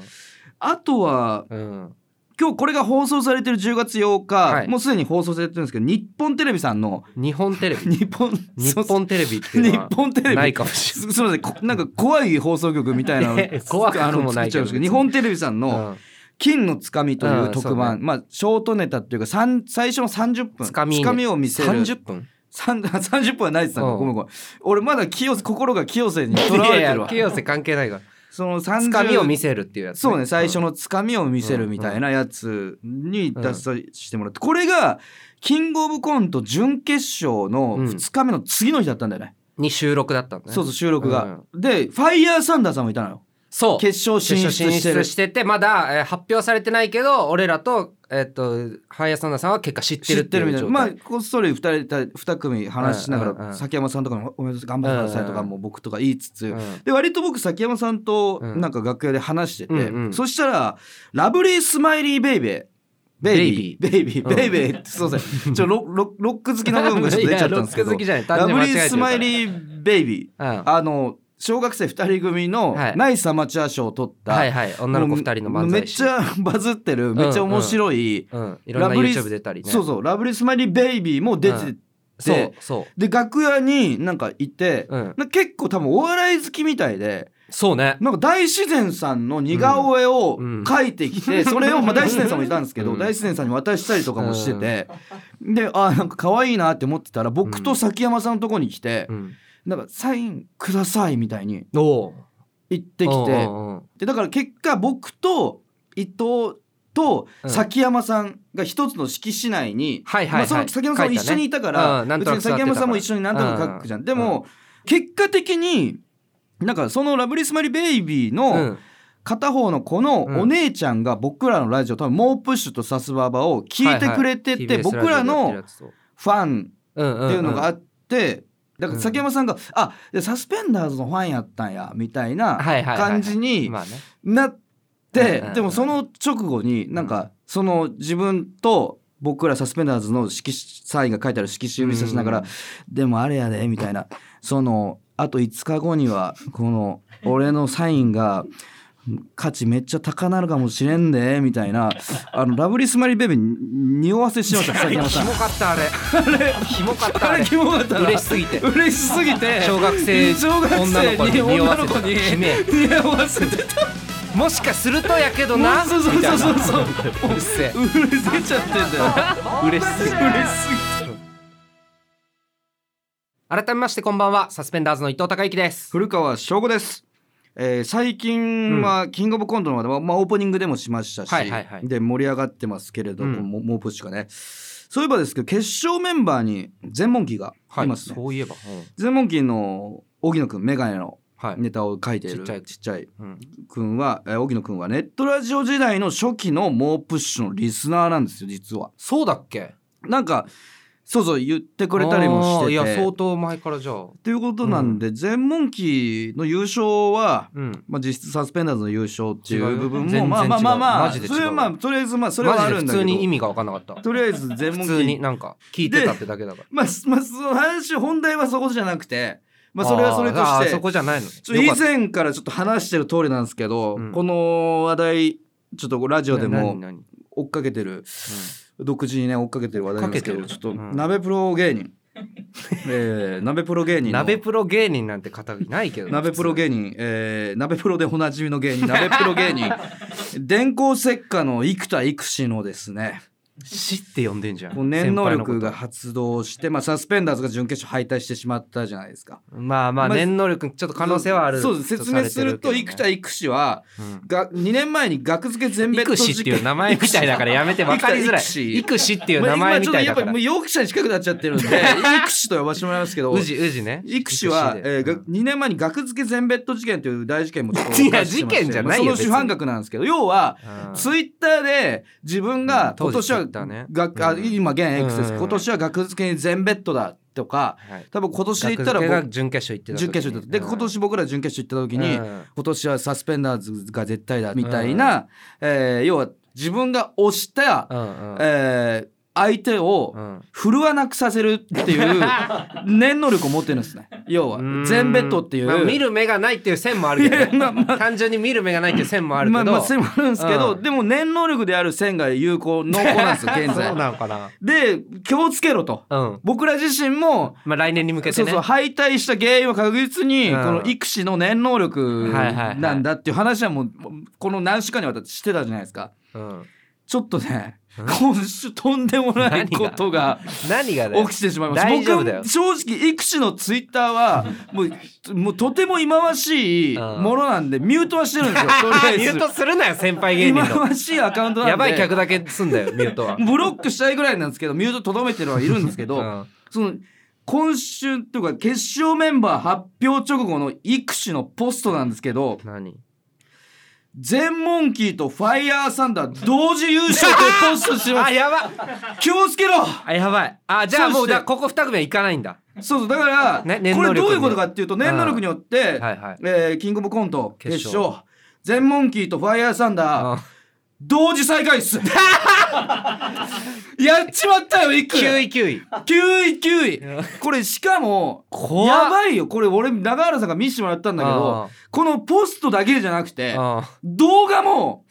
[SPEAKER 2] あとは
[SPEAKER 1] うん、うん
[SPEAKER 2] 今日これが放送されてる10月8日、
[SPEAKER 1] はい
[SPEAKER 2] もうすでに放送されてるんですけど日本テレビさんの
[SPEAKER 1] 日本テレビ
[SPEAKER 2] 日本
[SPEAKER 1] 日本テレビっていう
[SPEAKER 2] 日
[SPEAKER 1] のは
[SPEAKER 2] 本テレビ
[SPEAKER 1] ないかもし
[SPEAKER 2] すすみませんこなんか怖い放送局みたいなの
[SPEAKER 1] いや 怖くも
[SPEAKER 2] あの
[SPEAKER 1] ないけど
[SPEAKER 2] 作っちゃうんです日本テレビさん
[SPEAKER 1] れない、
[SPEAKER 2] の
[SPEAKER 1] うん
[SPEAKER 2] 「金のつかみ」という特番、
[SPEAKER 1] うんそう
[SPEAKER 2] まあショートネタっていうかさん最初の30分
[SPEAKER 1] つかみね
[SPEAKER 2] を見せる
[SPEAKER 1] 30分
[SPEAKER 2] さん 30分はないです
[SPEAKER 1] うん
[SPEAKER 2] ごめんごめん俺まだ清瀬心が清瀬にとらわ
[SPEAKER 1] い
[SPEAKER 2] れて
[SPEAKER 1] やい
[SPEAKER 2] る
[SPEAKER 1] や
[SPEAKER 2] わ
[SPEAKER 1] 清瀬関係ないか
[SPEAKER 2] その
[SPEAKER 1] ら
[SPEAKER 2] 30
[SPEAKER 1] つかみを見せるっていうやつ、
[SPEAKER 2] そうね最初
[SPEAKER 1] の
[SPEAKER 2] のつかみを見せるみたいなやつに出させてもらってこれが「キングオブコント」準決勝の2日目の次の日だったんだよね、
[SPEAKER 1] に収録だったんだね
[SPEAKER 2] そうそう収録が、でファイヤーサンダーさんもいたのよ
[SPEAKER 1] そう
[SPEAKER 2] 決勝進出
[SPEAKER 1] 決勝
[SPEAKER 2] してる
[SPEAKER 1] しててまだ、えー発表されてないけど俺らとえーっとハイヤサンダーさんは結果知って
[SPEAKER 2] 知
[SPEAKER 1] る
[SPEAKER 2] っ
[SPEAKER 1] って
[SPEAKER 2] てる
[SPEAKER 1] いう
[SPEAKER 2] みたい
[SPEAKER 1] 状
[SPEAKER 2] な
[SPEAKER 1] 態
[SPEAKER 2] まあこっそり2人で2組話しなが
[SPEAKER 1] うんうんう
[SPEAKER 2] ら
[SPEAKER 1] ん
[SPEAKER 2] 崎山さんとかも「おめでとう頑張ってください」とかも僕とか言いつつ
[SPEAKER 1] うん
[SPEAKER 2] で割と僕崎山さんと
[SPEAKER 1] うん
[SPEAKER 2] なんか楽屋で話してて
[SPEAKER 1] うんうん
[SPEAKER 2] そしたら「ラブリースマイリーベイベー」ベイビーベイビー
[SPEAKER 1] うん
[SPEAKER 2] ベイベーってすいませんちょロロロック好きな部分がちょっと出ちゃったんですけ
[SPEAKER 1] いやロック
[SPEAKER 2] ど
[SPEAKER 1] 好きじゃない単
[SPEAKER 2] ラ
[SPEAKER 1] 純
[SPEAKER 2] ブ
[SPEAKER 1] に間違え
[SPEAKER 2] リー
[SPEAKER 1] て
[SPEAKER 2] ス
[SPEAKER 1] るか
[SPEAKER 2] マ
[SPEAKER 1] ら
[SPEAKER 2] イリーベイビー
[SPEAKER 1] うん
[SPEAKER 2] あの小学生2人組の
[SPEAKER 1] はい
[SPEAKER 2] ナイスアマチュア賞を取った、
[SPEAKER 1] はいはい女の子二人の漫
[SPEAKER 2] めっ
[SPEAKER 1] 才師
[SPEAKER 2] ちゃバズってるめっちゃ面白い、
[SPEAKER 1] うん、いろんな
[SPEAKER 2] ラブリー
[SPEAKER 1] YouTube 出たりね
[SPEAKER 2] そうそう「ラブリースマイリーベイビー」も出てて、
[SPEAKER 1] そうそ
[SPEAKER 2] で楽屋になんかいて、
[SPEAKER 1] う、うん、
[SPEAKER 2] なんか結構多分お笑い好きみたいで
[SPEAKER 1] そうね
[SPEAKER 2] なんか大自然さんの似顔絵を
[SPEAKER 1] うん
[SPEAKER 2] 描いて きて、それを、まあ、大自然さんもいたんですけど、
[SPEAKER 1] うん
[SPEAKER 2] 大自然さんに渡したりとかもしてて、であーなんか可愛いなって思ってたら僕と崎山さんのとこに来て、
[SPEAKER 1] うん、
[SPEAKER 2] なんか「サインください」みたいに
[SPEAKER 1] おお
[SPEAKER 2] 言ってきて、でだから結果僕と伊藤と
[SPEAKER 1] うん
[SPEAKER 2] 崎山さんが一つの敷地内に、
[SPEAKER 1] はいはいはい
[SPEAKER 2] まあ、その崎山さんも一緒にいたから、
[SPEAKER 1] 書いたねうんなんと
[SPEAKER 2] 別
[SPEAKER 1] なく
[SPEAKER 2] に
[SPEAKER 1] 座ってたから
[SPEAKER 2] 崎山さんも一緒に何となく書くじゃん、でも、結果的になんかその「ラブリースマイリーベイビー」の片方の子の
[SPEAKER 1] うん
[SPEAKER 2] お姉ちゃんが僕らのラジオ多分「モープッシュ」と「サスババ」を聞いてくれてて、僕らのファンっていうのがあ
[SPEAKER 1] っ
[SPEAKER 2] って、だから崎山さんが「あでサスペンダーズのファンやったんや」みたいな感じに
[SPEAKER 1] まあね
[SPEAKER 2] なっ
[SPEAKER 1] うん
[SPEAKER 2] て
[SPEAKER 1] うんうん
[SPEAKER 2] でもその直後になんかその自分と僕らサスペンダーズの色紙サインが書いてある色紙指さしながら「でもあれやで」みたいなそのあと5日後にはこの俺のサインが。価値めっちゃ高なるかもしれんでみたいなあのラブリースマイリーベイビーに匂わせしました崎
[SPEAKER 1] キモ
[SPEAKER 2] 山さん
[SPEAKER 1] かったあれキモかった
[SPEAKER 2] あ
[SPEAKER 1] あ
[SPEAKER 2] れ
[SPEAKER 1] れ
[SPEAKER 2] キモかったな
[SPEAKER 1] 嬉しすぎて
[SPEAKER 2] 嬉しすぎて
[SPEAKER 1] 小学生
[SPEAKER 2] 小学生に
[SPEAKER 1] 女
[SPEAKER 2] 女
[SPEAKER 1] の
[SPEAKER 2] の
[SPEAKER 1] 子
[SPEAKER 2] 子
[SPEAKER 1] に
[SPEAKER 2] に
[SPEAKER 1] 匂わせ
[SPEAKER 2] 匂わせてた
[SPEAKER 1] もしかするとやけどな
[SPEAKER 2] そうそうそうそうそう
[SPEAKER 1] うっせ
[SPEAKER 2] うるせちゃってんだよ
[SPEAKER 1] 嬉しすぎ
[SPEAKER 2] 嬉しすぎて
[SPEAKER 1] 改めましてこんばんはサスペンダーズの伊藤孝之です
[SPEAKER 2] 古川翔吾ですえー最近はキングオブコントの方でも、まあ、オープニングでもしましたし、
[SPEAKER 1] はいはいはい
[SPEAKER 2] で盛り上がってますけれども、
[SPEAKER 1] うん
[SPEAKER 2] ももうポジかねそういえばですけど決勝メンバーに全問記がいますね、
[SPEAKER 1] そういえば
[SPEAKER 2] 全問記の荻野くんメガネの
[SPEAKER 1] はい
[SPEAKER 2] ネタを書いてい
[SPEAKER 1] ち
[SPEAKER 2] る
[SPEAKER 1] っちゃい
[SPEAKER 2] ちっちゃい
[SPEAKER 1] うん
[SPEAKER 2] くんは、えー、荻野くんはネットラジオ時代の初期の猛プッシュのリスナーなんですよ実は
[SPEAKER 1] そうだっけ
[SPEAKER 2] なんかそうそう言ってくれたりもして
[SPEAKER 1] あ
[SPEAKER 2] て
[SPEAKER 1] ーいや相当前からじゃあ
[SPEAKER 2] っていうことなんで、全問記の優勝は、
[SPEAKER 1] うん
[SPEAKER 2] まあ、実質サスペンダーズの優勝ってい
[SPEAKER 1] 違う
[SPEAKER 2] う
[SPEAKER 1] よ
[SPEAKER 2] 部分
[SPEAKER 1] 全然違
[SPEAKER 2] も
[SPEAKER 1] う
[SPEAKER 2] まあまあまあま
[SPEAKER 1] マ
[SPEAKER 2] あ
[SPEAKER 1] ジで違う
[SPEAKER 2] それはまあとりあえずまあそれ
[SPEAKER 1] マ
[SPEAKER 2] は
[SPEAKER 1] ジ
[SPEAKER 2] あ
[SPEAKER 1] で
[SPEAKER 2] る
[SPEAKER 1] 普
[SPEAKER 2] んだけ
[SPEAKER 1] 通に意
[SPEAKER 2] ど
[SPEAKER 1] 味が分かんなかった
[SPEAKER 2] とりあえず全
[SPEAKER 1] 普
[SPEAKER 2] 問
[SPEAKER 1] 通に
[SPEAKER 2] 記
[SPEAKER 1] なんか聞いてたってだけだから
[SPEAKER 2] まあまあその話本題はそこじゃなくて、まあ、それはそれと
[SPEAKER 1] あ
[SPEAKER 2] し
[SPEAKER 1] ーあー
[SPEAKER 2] て
[SPEAKER 1] そこじゃないの
[SPEAKER 2] ちょ以前からちょっと話してる通りなんですけど、
[SPEAKER 1] うん
[SPEAKER 2] この話題ちょっとラジオでも
[SPEAKER 1] 何何
[SPEAKER 2] 追っかけてる独自にね追っかけてる話題なんですけ
[SPEAKER 1] 追っ
[SPEAKER 2] ど
[SPEAKER 1] か
[SPEAKER 2] ち
[SPEAKER 1] け
[SPEAKER 2] ょっ
[SPEAKER 1] る
[SPEAKER 2] てと
[SPEAKER 1] うん
[SPEAKER 2] 鍋プロ芸 人えー鍋プロ芸人の
[SPEAKER 1] 鍋プロ芸人なんて方いないけど
[SPEAKER 2] 鍋プロ芸人、えー鍋プロでおなじみ の芸人鍋プロ芸人電光石火の生田育志のですね
[SPEAKER 1] 人死って呼んでんじゃ
[SPEAKER 2] こうん念能力
[SPEAKER 1] 先輩の
[SPEAKER 2] が
[SPEAKER 1] こ
[SPEAKER 2] 発動して、まあ、サスペンダーズが準決勝敗退してしまったじゃないですか。
[SPEAKER 1] とまあまあ
[SPEAKER 2] まあ
[SPEAKER 1] 念能力ちょっと可能性はある
[SPEAKER 2] そうです説明すると生田育志はが2年前に学付け全
[SPEAKER 1] イ
[SPEAKER 2] 別
[SPEAKER 1] ク
[SPEAKER 2] 途
[SPEAKER 1] シっていう名前みたいだからやめて分かりづら
[SPEAKER 2] 生田
[SPEAKER 1] い
[SPEAKER 2] 育志
[SPEAKER 1] イクシっていう名前みたいだから
[SPEAKER 2] まあ今ちょっとやっぱもう容疑者に近くなっちゃってるん で育志と呼ばせてもらいますけど
[SPEAKER 1] うじうじね
[SPEAKER 2] 育志は、えーが
[SPEAKER 1] 育
[SPEAKER 2] 2年前に学付け全ベッド事件という大事件もちょっと起こしてまして
[SPEAKER 1] いや事件じゃないよ
[SPEAKER 2] まあその主犯格なんですけど要は
[SPEAKER 1] 志で
[SPEAKER 2] ツイッターで自分
[SPEAKER 1] うん
[SPEAKER 2] が
[SPEAKER 1] 当
[SPEAKER 2] 今
[SPEAKER 1] 時
[SPEAKER 2] 年は、
[SPEAKER 1] Twitter ね
[SPEAKER 2] 学あ
[SPEAKER 1] うん
[SPEAKER 2] 今現 X です、
[SPEAKER 1] うん
[SPEAKER 2] 今年は学付けに全ベッドだとか
[SPEAKER 1] うんはい
[SPEAKER 2] 多分今年で
[SPEAKER 1] 学
[SPEAKER 2] 言った
[SPEAKER 1] 付
[SPEAKER 2] ら
[SPEAKER 1] け
[SPEAKER 2] 僕
[SPEAKER 1] が準決勝行ってた時
[SPEAKER 2] 準
[SPEAKER 1] に
[SPEAKER 2] 決勝行ったで
[SPEAKER 1] うん
[SPEAKER 2] 今年僕ら準決勝行った時に、
[SPEAKER 1] うん
[SPEAKER 2] 今年はサスペンダーズが絶対だみたいな、えー要は自分が推した、
[SPEAKER 1] うんうん
[SPEAKER 2] えー相手を、
[SPEAKER 1] うん
[SPEAKER 2] 振るわなくさせるっていう 念能力を持ってるんですね要は全ベッドっていう
[SPEAKER 1] まあ見る目がないっていう線もあるけど、
[SPEAKER 2] いやまあま
[SPEAKER 1] 単純に見る目がないっていう線もあるけ
[SPEAKER 2] ま
[SPEAKER 1] ど、
[SPEAKER 2] あまあ線もあるんですけど、
[SPEAKER 1] うん
[SPEAKER 2] でも念能力である線が有効濃厚なん ですよ現
[SPEAKER 1] そう
[SPEAKER 2] 在
[SPEAKER 1] なのかな
[SPEAKER 2] で気をつけろと
[SPEAKER 1] うん
[SPEAKER 2] 僕ら自身も
[SPEAKER 1] まあ来年に向けて
[SPEAKER 2] そ
[SPEAKER 1] ね
[SPEAKER 2] うそう敗退した原因は確実に
[SPEAKER 1] う
[SPEAKER 2] こ
[SPEAKER 1] ん
[SPEAKER 2] の育児の念能力
[SPEAKER 1] はいはいはい
[SPEAKER 2] なんだっていう話はもうこの何週間にわたってしてたじゃないですか
[SPEAKER 1] うん
[SPEAKER 2] ちょっとね
[SPEAKER 1] うん
[SPEAKER 2] 今週とんでもない
[SPEAKER 1] 何が
[SPEAKER 2] ことが
[SPEAKER 1] 何がだよ
[SPEAKER 2] 起きてしまいました
[SPEAKER 1] 大丈夫だよ
[SPEAKER 2] 僕正直育種のツイッターは もうもうとても忌まわしい
[SPEAKER 1] うん
[SPEAKER 2] ものなんでミュートはしてる んですよとりあえ
[SPEAKER 1] ミュート
[SPEAKER 2] ず
[SPEAKER 1] するなよ先輩芸
[SPEAKER 2] 忌
[SPEAKER 1] 人
[SPEAKER 2] ま
[SPEAKER 1] の
[SPEAKER 2] わしいアカウントなんで
[SPEAKER 1] やばい客だけすんだよミュートは
[SPEAKER 2] ブロックしたいぐらいなんですけどミュートとどめてるはいるんですけ ど、
[SPEAKER 1] うん
[SPEAKER 2] その今週というか決勝メンバー発表直後の育種のポストなんですけど
[SPEAKER 1] 何
[SPEAKER 2] 全モンキーとファイヤーサンダー同時優勝でポストしてま
[SPEAKER 1] あ
[SPEAKER 2] す
[SPEAKER 1] やばい
[SPEAKER 2] 気をつけろ
[SPEAKER 1] あやばいあじゃあも
[SPEAKER 2] そうして
[SPEAKER 1] だここ二組はいかないんだ
[SPEAKER 2] そうそうだから、
[SPEAKER 1] ね念
[SPEAKER 2] こ
[SPEAKER 1] 能力
[SPEAKER 2] れ
[SPEAKER 1] に
[SPEAKER 2] どういうことかっていうと念能力によっ
[SPEAKER 1] は
[SPEAKER 2] て、
[SPEAKER 1] いはい
[SPEAKER 2] えーキングオブコント
[SPEAKER 1] 決
[SPEAKER 2] 決
[SPEAKER 1] 勝
[SPEAKER 2] 勝全モンキーとファイヤーサンダー
[SPEAKER 1] あ
[SPEAKER 2] 同時最下位 っすやっちまったよ一気
[SPEAKER 1] 9位9位
[SPEAKER 2] 9位9位これしかも
[SPEAKER 1] 怖
[SPEAKER 2] やばいよこれ俺永原さんが見せてもらったんだけどこのポストだけじゃなくて動画 も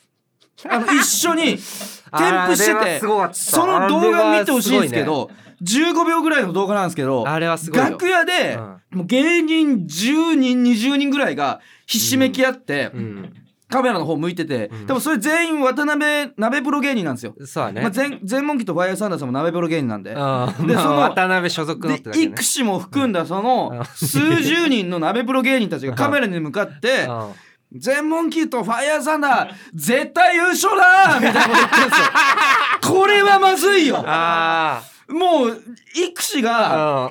[SPEAKER 2] あの一緒に添付しててその動画見てほしいんですけど15秒ぐらいの動画なんですけど
[SPEAKER 1] あれはすごいよ
[SPEAKER 2] 楽屋で
[SPEAKER 1] うん
[SPEAKER 2] もう芸人10人20人ぐらいがひしめき合って
[SPEAKER 1] うん
[SPEAKER 2] カメラの方向いてて
[SPEAKER 1] うん
[SPEAKER 2] 多分それ全員渡辺鍋プロ芸人なんですよ。
[SPEAKER 1] そうだね
[SPEAKER 2] まあ、全全問記とバイアサンダーさんも鍋プロ芸人なんで。
[SPEAKER 1] うん
[SPEAKER 2] で
[SPEAKER 1] まあ
[SPEAKER 2] その
[SPEAKER 1] 渡辺所属のってだ
[SPEAKER 2] で
[SPEAKER 1] けね
[SPEAKER 2] 育種も含んだそ
[SPEAKER 1] うんう
[SPEAKER 2] の
[SPEAKER 1] ん
[SPEAKER 2] 数十人の鍋プロ芸人たちがカメラに向かって
[SPEAKER 1] うん
[SPEAKER 2] 「全問キーとファイヤーサンダー絶対優勝だ!」みたいなこと言ってるんです よ。これはまずいよ
[SPEAKER 1] あ
[SPEAKER 2] もう育種が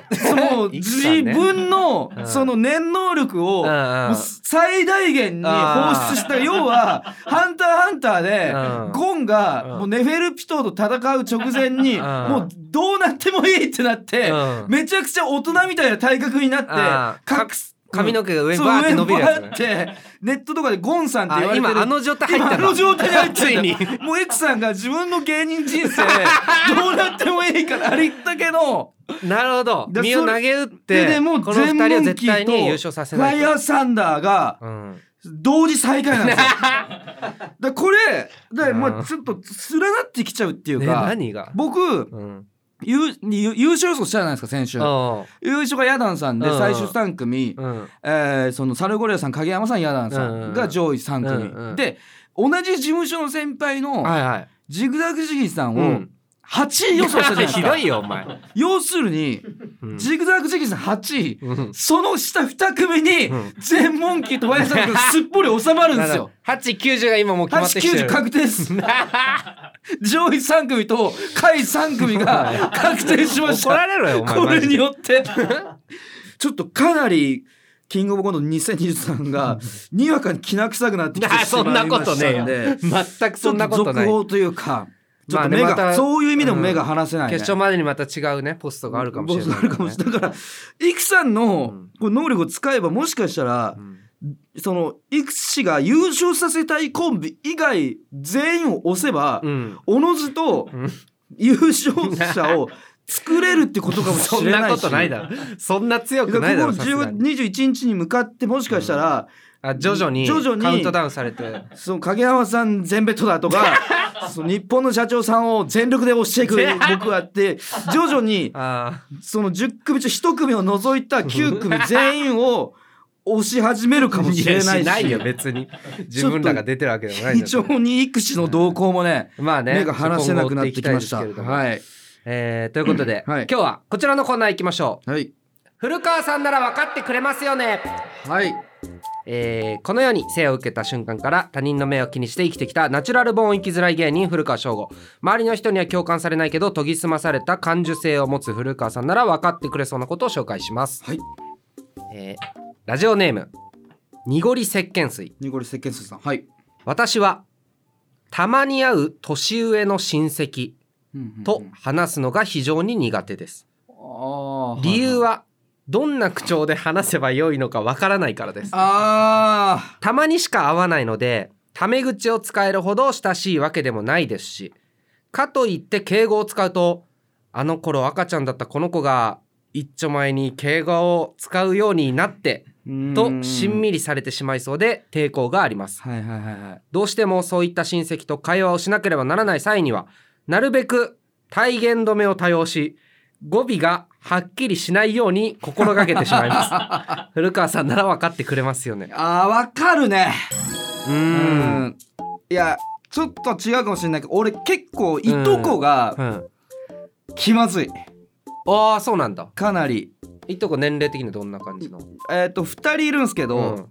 [SPEAKER 1] あ
[SPEAKER 2] その
[SPEAKER 1] 育種
[SPEAKER 2] 自
[SPEAKER 1] だね
[SPEAKER 2] 分の
[SPEAKER 1] うん
[SPEAKER 2] その念能力を
[SPEAKER 1] うんうん
[SPEAKER 2] もう最大限に放出した要は「ハンターハンター」
[SPEAKER 1] うん
[SPEAKER 2] でゴン
[SPEAKER 1] うん
[SPEAKER 2] がもうネフェルピトーと戦う直前に
[SPEAKER 1] うん
[SPEAKER 2] もうどうなってもいいってなって
[SPEAKER 1] うん
[SPEAKER 2] めちゃくちゃ大人みたいな体格になって
[SPEAKER 1] あー
[SPEAKER 2] かくす
[SPEAKER 1] 髪の毛が上
[SPEAKER 2] そ
[SPEAKER 1] に
[SPEAKER 2] う
[SPEAKER 1] バーって伸びるやつ
[SPEAKER 2] 上
[SPEAKER 1] ね
[SPEAKER 2] にバーってネットとかでゴンさんって言わ
[SPEAKER 1] あ
[SPEAKER 2] れてる
[SPEAKER 1] 今あの状態入った
[SPEAKER 2] 今あの状態に入って
[SPEAKER 1] ついに
[SPEAKER 2] んだもうエクさんが自分の芸人人生どうなってもいいからありったけの
[SPEAKER 1] なるほど
[SPEAKER 2] で
[SPEAKER 1] 身を
[SPEAKER 2] それ
[SPEAKER 1] 投げ打って
[SPEAKER 2] ででも
[SPEAKER 1] この二
[SPEAKER 2] 全
[SPEAKER 1] 人を
[SPEAKER 2] 問
[SPEAKER 1] 絶
[SPEAKER 2] キー
[SPEAKER 1] 対
[SPEAKER 2] と
[SPEAKER 1] に優勝させ
[SPEAKER 2] フ
[SPEAKER 1] な
[SPEAKER 2] ァ
[SPEAKER 1] い
[SPEAKER 2] イヤーサンダーが
[SPEAKER 1] とうん
[SPEAKER 2] 同時最下位な んですよだからこれで
[SPEAKER 1] うん
[SPEAKER 2] まあちょっと連なってきちゃうっていう
[SPEAKER 1] ね
[SPEAKER 2] か、
[SPEAKER 1] 何が
[SPEAKER 2] 僕
[SPEAKER 1] うん
[SPEAKER 2] 優優優勝予想したじゃないですか先週
[SPEAKER 1] うん
[SPEAKER 2] 優勝がヤダンさんで
[SPEAKER 1] うん
[SPEAKER 2] 最終3組、
[SPEAKER 1] うん
[SPEAKER 2] えーそのサルゴリラさん影山さんヤダン
[SPEAKER 1] うん
[SPEAKER 2] さ
[SPEAKER 1] うん
[SPEAKER 2] ん
[SPEAKER 1] うん
[SPEAKER 2] が上位3組、
[SPEAKER 1] うんうん
[SPEAKER 2] で同じ事務所の先輩の
[SPEAKER 1] はいはい
[SPEAKER 2] ジグザグジギーさん
[SPEAKER 1] う
[SPEAKER 2] を
[SPEAKER 1] ん
[SPEAKER 2] 8位予想したじゃないです
[SPEAKER 1] ひ
[SPEAKER 2] か、
[SPEAKER 1] どいよお前
[SPEAKER 2] 要するに
[SPEAKER 1] うん
[SPEAKER 2] ジグザグジギーさん8位
[SPEAKER 1] うん
[SPEAKER 2] その下2組に
[SPEAKER 1] うん
[SPEAKER 2] 全問キーとワイヤさんがすっぽり収まるんですよ
[SPEAKER 1] 八九十が今もう決まってきて
[SPEAKER 2] 890
[SPEAKER 1] る
[SPEAKER 2] 確定です。上位3組と下位3組が確定しまし
[SPEAKER 1] 怒ら
[SPEAKER 2] た。
[SPEAKER 1] れろよお前
[SPEAKER 2] これに
[SPEAKER 1] マ
[SPEAKER 2] よって。 ちょっとかなり、キングオブコント2023が、 にわかにきな臭くなってきてしまいましたんで。
[SPEAKER 1] あそんなことねえよジで全くそんなことない
[SPEAKER 2] ちょっと続報というか、ちょ
[SPEAKER 1] ま
[SPEAKER 2] っ
[SPEAKER 1] あ
[SPEAKER 2] と
[SPEAKER 1] ね
[SPEAKER 2] 目が、
[SPEAKER 1] また
[SPEAKER 2] そういう意味でも目が離せない、ね
[SPEAKER 1] 決勝までにまた違うねポストがあるかもしれない
[SPEAKER 2] 僕あるかもしれないだから、イクさんの
[SPEAKER 1] うん
[SPEAKER 2] こう能力を使えば、もしかしたら
[SPEAKER 1] う、ん
[SPEAKER 2] その、イク氏が優勝させたいコンビ以外全員を押せば、
[SPEAKER 1] うん
[SPEAKER 2] おのずと
[SPEAKER 1] うん
[SPEAKER 2] 優勝者を作れるってことか も
[SPEAKER 1] そ
[SPEAKER 2] し
[SPEAKER 1] ん
[SPEAKER 2] れな
[SPEAKER 1] ないこ
[SPEAKER 2] し
[SPEAKER 1] とないだろそんな強
[SPEAKER 2] だ
[SPEAKER 1] く
[SPEAKER 2] か
[SPEAKER 1] ないだ
[SPEAKER 2] ら
[SPEAKER 1] ろ
[SPEAKER 2] ここ
[SPEAKER 1] さすが
[SPEAKER 2] 10
[SPEAKER 1] に
[SPEAKER 2] 月21日に向かってもしかしたら、
[SPEAKER 1] あ徐々に
[SPEAKER 2] 徐々に
[SPEAKER 1] カウントダウンされ て
[SPEAKER 2] その影山さん全ベッドだ とかその日本の社長さんを全力で押していく僕はあって徐々に
[SPEAKER 1] あ
[SPEAKER 2] その10組中1組を除いた9組 全員を押し始めるか
[SPEAKER 1] あ
[SPEAKER 2] もしれない
[SPEAKER 1] や
[SPEAKER 2] し
[SPEAKER 1] しないよ別に自分らが出てるわけでもないん
[SPEAKER 2] 非
[SPEAKER 1] だか
[SPEAKER 2] 常
[SPEAKER 1] ら
[SPEAKER 2] に育児の動向もね
[SPEAKER 1] まあね
[SPEAKER 2] 目が離せなくなってきました。
[SPEAKER 1] そこも追っていきたいですけれども
[SPEAKER 2] はい、
[SPEAKER 1] えーということで、
[SPEAKER 2] はい
[SPEAKER 1] 今日はこちらのコーナー行きましょう
[SPEAKER 2] はい、
[SPEAKER 1] 古川さんなら分かってくれますよね
[SPEAKER 2] はい
[SPEAKER 1] えーこのように生を受けた瞬間から他人の目を気にして生きてきたナチュラルボーン生きづらい芸人古川翔吾周りの人には共感されないけど研ぎ澄まされた感受性を持つ古川さんなら分かってくれそうなことを紹介します、
[SPEAKER 2] はい
[SPEAKER 1] えーラジオネーム濁り石鹸水
[SPEAKER 2] ニコリス石鹸水さんはい、
[SPEAKER 1] 私はたまに会う年上の親戚と話すのが非常に苦手です理由はどんな口調で話せばよいのかわからないからです
[SPEAKER 2] あ
[SPEAKER 1] たまにしか会わないのでタメ口を使えるほど親しいわけでもないですしかといって敬語を使うとあの頃赤ちゃんだったこの子が一丁前に敬語を使うようになって
[SPEAKER 2] ー
[SPEAKER 1] としんみりされてしまいそうで抵抗があります
[SPEAKER 2] はいはいはいはい
[SPEAKER 1] どうしてもそういった親戚と会話をしなければならない際にはなるべく体言止めを多用し語尾がはっきりしないように心がけてしまいます 古川さんなら分かってくれますよね
[SPEAKER 2] あーわかるね
[SPEAKER 1] う
[SPEAKER 2] うんいやちょっと違うかもしれないけど俺結構いとこ
[SPEAKER 1] う
[SPEAKER 2] が
[SPEAKER 1] ん
[SPEAKER 2] 気まずい
[SPEAKER 1] ああそうなんだ
[SPEAKER 2] かなり
[SPEAKER 1] いとこ年齢的にどんな感じの
[SPEAKER 2] えっ、と2人いるんですけど、
[SPEAKER 1] うん